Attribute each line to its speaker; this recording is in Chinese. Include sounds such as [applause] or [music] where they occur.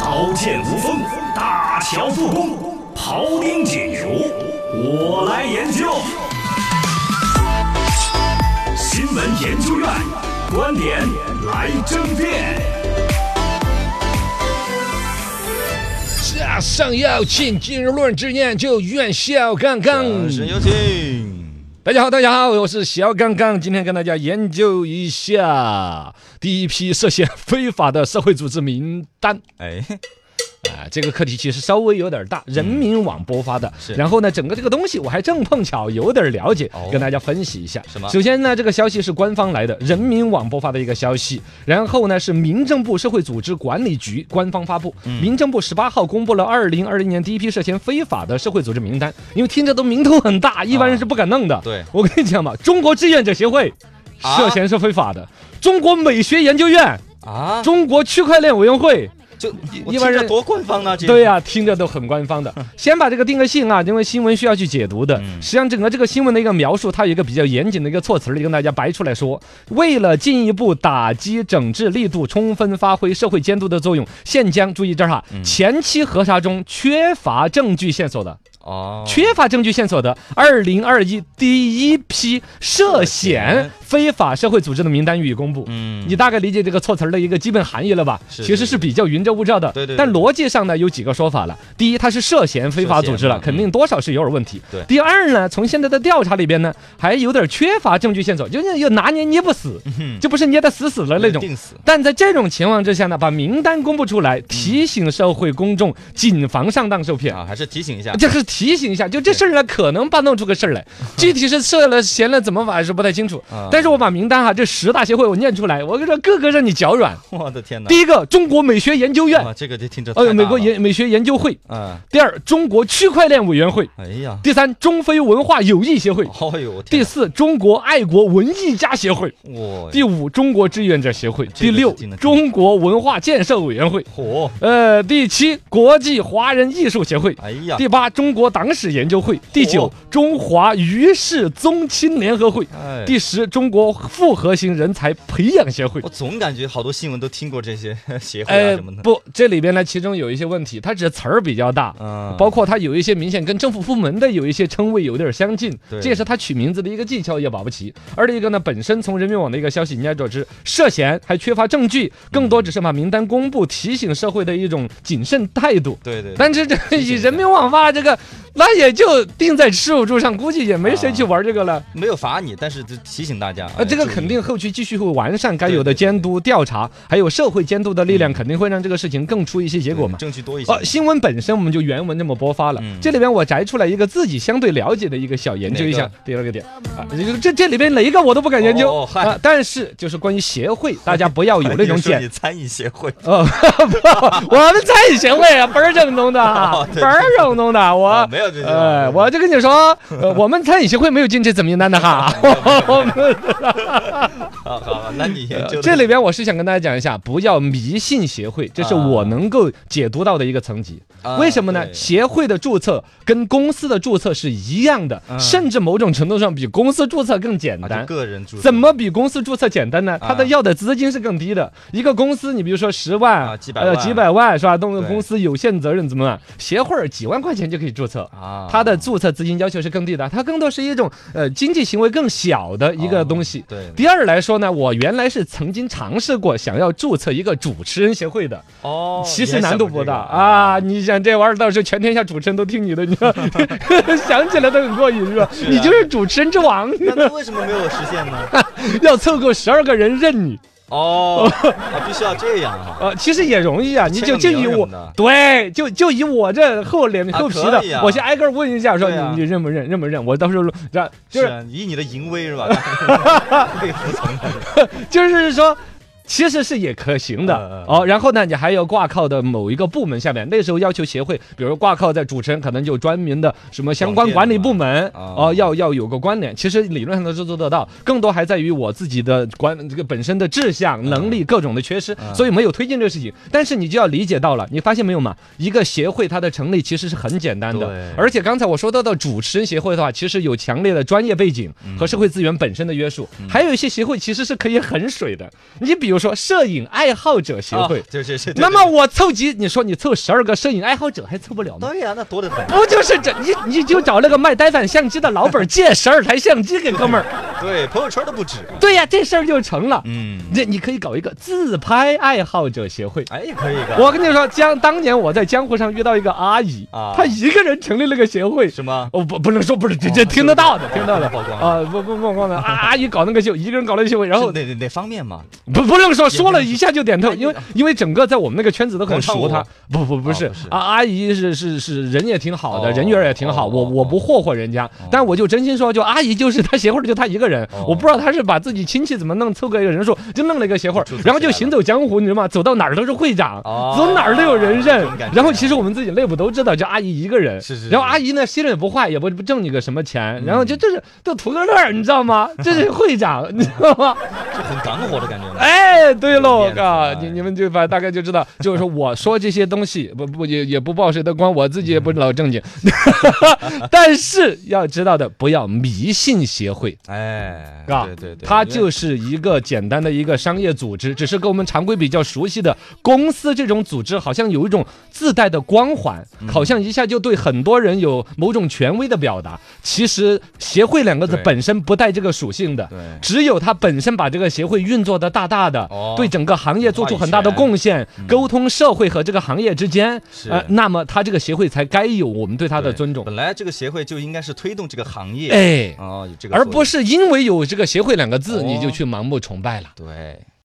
Speaker 1: 刀剑无锋，大乔复工，庖丁解牛，我来研究。新闻研究院观点来争辩。
Speaker 2: 加上要进今日论之念就愿笑刚刚。
Speaker 3: 是有请。
Speaker 2: 大家好，大家好，我是小刚刚，今天跟大家研究一下第一批涉嫌非法的社会组织名单。
Speaker 3: 哎，
Speaker 2: 啊，这个课题其实稍微有点大，人民网播发的。
Speaker 3: 嗯是
Speaker 2: 然后呢，整个这个东西我还正碰巧有点了解，
Speaker 3: 哦
Speaker 2: 跟大家分析一下。
Speaker 3: 什么
Speaker 2: 首先呢，这个消息是官方来的，人民网播发的一个消息。然后呢，是民政部社会组织管理局官方发布，
Speaker 3: 嗯
Speaker 2: 民政部十八号公布了二零二零年第一批涉嫌非法的社会组织名单。因为听着都名头很大，一般人是不敢弄的。
Speaker 3: 嗯对
Speaker 2: 我跟你讲吧，中国志愿者协会
Speaker 3: 啊
Speaker 2: 涉嫌是非法的，中国美学研究院、
Speaker 3: 啊，
Speaker 2: 中国区块链委员会。
Speaker 3: 就
Speaker 2: 一
Speaker 3: 一
Speaker 2: 般人
Speaker 3: 般人多官方呢，这
Speaker 2: 对、呀、听着都很官方 [laughs] 的。先把这个定个性啊，因为新闻需要去解读的。
Speaker 3: 嗯
Speaker 2: 实际上，整个这个新闻的一个描述，它有一个比较严谨的一个措辞儿，就跟大家白出来说：为了进一步打击整治力度，充分发挥社会监督的作用，现将注意这儿哈，前期核查中缺乏证据线索的，
Speaker 3: 哦，
Speaker 2: 缺乏证据线索的二零二一第一批涉嫌
Speaker 3: 嫌
Speaker 2: 非法社会组织的名单予以公布。
Speaker 3: 嗯
Speaker 2: 你大概理解这个措辞儿的一个基本含义了吧？
Speaker 3: 是
Speaker 2: 其实是比较云遮雾罩的。
Speaker 3: 对对对
Speaker 2: 但逻辑上呢，有几个说法了。第一，它是涉嫌非法组织了，
Speaker 3: 涉嫌嘛嗯
Speaker 2: 肯定多少是有点问题。
Speaker 3: 对
Speaker 2: 第二呢，从现在的调查里边呢，还有点缺乏证据线索，就是又拿捏捏不死，
Speaker 3: 嗯哼
Speaker 2: 就不是捏得死死的那种。
Speaker 3: 定死，
Speaker 2: 但在这种情况之下呢，把名单公布出
Speaker 3: 嗯
Speaker 2: 来，提醒社会公众谨防上当受骗。
Speaker 3: 啊，还是提醒一下，
Speaker 2: 就是提醒一下，就这事儿呢，可能办弄出个事儿
Speaker 3: [laughs]
Speaker 2: 来，具体是涉了嫌了怎么法还是不太清楚
Speaker 3: 啊。
Speaker 2: 但是我把名单哈，这十大协会我念出来，我跟你说个个让你脚软。
Speaker 3: [laughs] 我的天哪，
Speaker 2: 第一个，中国美学研究院，
Speaker 3: 啊哇，这个就听着太
Speaker 2: 哎
Speaker 3: 大
Speaker 2: 呦，
Speaker 3: 了，
Speaker 2: 美国研美学研究会。
Speaker 3: 嗯，
Speaker 2: 第二，中国区块链委员会。
Speaker 3: 哎呀，
Speaker 2: 第三，中非文化友谊协会。
Speaker 3: 哎呦，我
Speaker 2: 第
Speaker 3: 天哪，
Speaker 2: 四，中国爱国文艺家协会。
Speaker 3: 我
Speaker 2: 第五，中国志愿者协会。第
Speaker 3: 这个是
Speaker 2: 六
Speaker 3: 进得，去
Speaker 2: 中国文化建设委员会。
Speaker 3: 火，
Speaker 2: 呃，第七，国际华人艺术协会。
Speaker 3: 哎呀，
Speaker 2: 第八，中国党史研究会；第九
Speaker 3: 哦，
Speaker 2: 中华于氏宗亲联合会；
Speaker 3: 哎
Speaker 2: 第十，中国复合型人才培养协会
Speaker 3: 我。总感觉好多新闻都听过这些 [laughs] 协会哦啊
Speaker 2: 呃
Speaker 3: 什么，的，
Speaker 2: 不，这里边呢，其中有一些问题，它只词儿比较大，
Speaker 3: 嗯
Speaker 2: 包括它有一些明显跟政府部门的有一些称谓有点相近，
Speaker 3: 对
Speaker 2: 这也是它取名字的一个技巧，也保不齐。而另一个呢，本身从人民网的一个消息，你要得知涉嫌还缺乏证据，更
Speaker 3: 嗯
Speaker 2: 多只是把名单公布，提醒社会的一种谨慎态度。
Speaker 3: 对对，
Speaker 2: 但是这以人民网吧这个，那也就定在耻辱柱上，估计也没谁去玩这个了。
Speaker 3: 没有罚你，但是就提醒大家，哎
Speaker 2: 呃，这个
Speaker 3: 啊注意
Speaker 2: 肯定后期继续会完善该有的监督调查，还有社会监督的力量，肯定会让这个事情更出一些结果
Speaker 3: 对
Speaker 2: 嘛。
Speaker 3: 证据嗯多一些，
Speaker 2: 哦，新闻本身我们就原文这么播发了，
Speaker 3: 嗯
Speaker 2: 这里边我摘出来一个自己相对了解的一个小研究一下
Speaker 3: 哪个，
Speaker 2: 第二个点啊，这这里边哪一个我都不敢研究
Speaker 3: 哦嗨哎
Speaker 2: 啊，但是就是关于协会，大家不要有
Speaker 3: [laughs]
Speaker 2: 那种
Speaker 3: 你说
Speaker 2: 简
Speaker 3: 你参与协会， [laughs]
Speaker 2: [laughs] 哦，不我们在协会啊，倍儿正宗的啊，
Speaker 3: 哦
Speaker 2: 倍
Speaker 3: 对
Speaker 2: 儿正宗的。我
Speaker 3: 哦没有这句话
Speaker 2: 呃，我就跟你说，
Speaker 3: [laughs]
Speaker 2: 呃我们餐饮协会没有进这怎么名单的哈。我们
Speaker 3: 好好，好那你研究的
Speaker 2: 呃这里边我是想跟大家讲一下，不要迷信协会，这是我能够解读到的一个层级。
Speaker 3: 啊
Speaker 2: 为什么呢？
Speaker 3: 对
Speaker 2: 协会的注册跟公司的注册是一样的，
Speaker 3: 嗯
Speaker 2: 甚至某种程度上比公司注册更简
Speaker 3: 啊
Speaker 2: 单
Speaker 3: 就。个人注册
Speaker 2: 怎么比公司注册简单呢？它的
Speaker 3: 啊
Speaker 2: 要的资金是更低的。一个公司，你比如说十万，
Speaker 3: 啊几百
Speaker 2: 呃
Speaker 3: 万
Speaker 2: 几百万是吧？动用
Speaker 3: 对
Speaker 2: 公司有限责任怎么办？协会儿几万块钱就可以注册。
Speaker 3: 啊？
Speaker 2: 它的注册资金要求是更低的，它更多是一种呃经济行为更小的一个
Speaker 3: 哦
Speaker 2: 东西。
Speaker 3: 对
Speaker 2: 第二来说呢，我原来是曾经尝试过想要注册一个主持人协会的，
Speaker 3: 哦，
Speaker 2: 其
Speaker 3: 你
Speaker 2: 实
Speaker 3: 还
Speaker 2: 难
Speaker 3: 想
Speaker 2: 度
Speaker 3: 过
Speaker 2: 不
Speaker 3: 这个
Speaker 2: 大。啊！你想这玩意儿，到时候全天下主持人都听你的，你看 [laughs] 想起来都很过瘾是吧？
Speaker 3: 啊
Speaker 2: 你就是主持人之王，
Speaker 3: 那那为什么没有实现呢？
Speaker 2: [laughs] 要凑够十二个人认你。
Speaker 3: 哦，啊必须要这样啊！
Speaker 2: 呃，其实也容易啊，你就
Speaker 3: 签个
Speaker 2: 就以
Speaker 3: 名什
Speaker 2: 我
Speaker 3: 么的
Speaker 2: 对，就就以我这厚脸
Speaker 3: 啊
Speaker 2: 厚皮
Speaker 3: 可以
Speaker 2: 的，
Speaker 3: 啊
Speaker 2: 我先挨个儿问一下，说
Speaker 3: 对啊
Speaker 2: 你你认不认认不认？我到时候让就是是
Speaker 3: 啊以你的淫威是吧？会服从的。 [laughs]
Speaker 2: 就是说。其实是也可行的
Speaker 3: 嗯嗯
Speaker 2: 哦，然后呢，你还有挂靠的某一个部门下面，那时候要求协会，比如挂靠在主持人，可能就专门的什么相关
Speaker 3: 广电
Speaker 2: 管理
Speaker 3: 嘛
Speaker 2: 部门
Speaker 3: 啊
Speaker 2: 哦，要要有个关联。其实理论上都是做得到，更多还在于我自己的管这个本身的志向、能力各种的缺失，
Speaker 3: 嗯
Speaker 2: 所以没有推进这个事情。但是你就要理解到了，你发现没有嘛？一个协会它的成立其实是很简单的
Speaker 3: 对，
Speaker 2: 而且刚才我说到的主持人协会的话，其实有强烈的专业背景和社会资源本身的约束，还有一些协会其实是可以很水的。你比如如说摄影爱好者协会
Speaker 3: 啊，就是是。
Speaker 2: 那么我凑集，你说你凑十二个摄影爱好者还凑不了吗？
Speaker 3: 对呀，那多得很。
Speaker 2: 不就是这？你你就找那个卖单反相机的老板借十二台相机给哥们儿，
Speaker 3: 对，朋友圈都不止。
Speaker 2: 对呀、这事儿就成了。
Speaker 3: 嗯，
Speaker 2: 你你可以搞一个自拍爱好者协会。
Speaker 3: 哎，可以的。
Speaker 2: 我跟你说，江当年我在江湖上遇到一个阿姨，
Speaker 3: 啊
Speaker 2: 她一个人成立了个协会。
Speaker 3: 什么？
Speaker 2: 哦不，不能说不是，这这听得到的，听得到的
Speaker 3: 曝光了
Speaker 2: 啊！不不不曝光的，啊阿姨搞那个秀，一个人搞那个秀，然后
Speaker 3: 是哪哪哪方面嘛？
Speaker 2: 不不能说，说
Speaker 3: 不
Speaker 2: 了
Speaker 3: 能
Speaker 2: 一下就点头，因
Speaker 3: 哎
Speaker 2: 为因为整个在我们那个圈子都很熟
Speaker 3: 广
Speaker 2: 他
Speaker 3: 场舞。
Speaker 2: 不不不是
Speaker 3: 啊哦不是
Speaker 2: 啊，阿姨是是是人也挺好的，
Speaker 3: 哦
Speaker 2: 人缘也挺好，
Speaker 3: 哦
Speaker 2: 我
Speaker 3: 哦
Speaker 2: 我不霍霍人家，但我就真心说，就阿姨就是她协会的就她一个人，
Speaker 3: 哦
Speaker 2: 我不知道她是把自己亲戚怎么弄凑个一个人数，就弄了一个协会
Speaker 3: 就，
Speaker 2: 然后就行走江湖，你知道吗？走到哪儿都是会长，
Speaker 3: 哦
Speaker 2: 走哪儿都有人认
Speaker 3: 这种感。觉
Speaker 2: 然后其实我们自己内部都知道，就阿姨一个人，
Speaker 3: 是是是嗯
Speaker 2: 然后阿姨呢心里也不坏，也不不挣你个什么钱，然后就这是就图个乐儿，你知道吗？这是会长，你知道吗？
Speaker 3: 就很港火的感觉嘛。
Speaker 2: 哎，对喽，
Speaker 3: 面子
Speaker 2: 啊
Speaker 3: 哎，
Speaker 2: 你你们就反正大概就知道， [laughs] 就是说我说这些东西不不也也不报谁的光，我自己也不老正经， [laughs] 但是要知道的，不要迷信协会，
Speaker 3: 哎，
Speaker 2: 是吧？
Speaker 3: 对对对，
Speaker 2: 它
Speaker 3: 因为
Speaker 2: 啊就是一个简单的一个商业组织，只是跟我们常规比较熟悉的公司这种组织，好像有一种自带的光环，
Speaker 3: 嗯
Speaker 2: 好像一下就对很多人有某种权威的表达。其实协会两个字
Speaker 3: 对
Speaker 2: 本身不带这个属性的，
Speaker 3: 对
Speaker 2: 只有他本身把这个协会运作的大大的，
Speaker 3: 哦嗯
Speaker 2: 对整个行业做出很大的贡献，沟通社会和这个行业之间，
Speaker 3: 是
Speaker 2: 呃，那么他这个协会才该有我们对他的
Speaker 3: 对
Speaker 2: 尊重，
Speaker 3: 本来这个协会就应该是推动这个行业，
Speaker 2: 哎，
Speaker 3: 哦，有这个
Speaker 2: 而
Speaker 3: 作
Speaker 2: 不
Speaker 3: 用
Speaker 2: 是因为有这个协会两个字
Speaker 3: 哦
Speaker 2: 你就去盲目崇拜了。
Speaker 3: 对。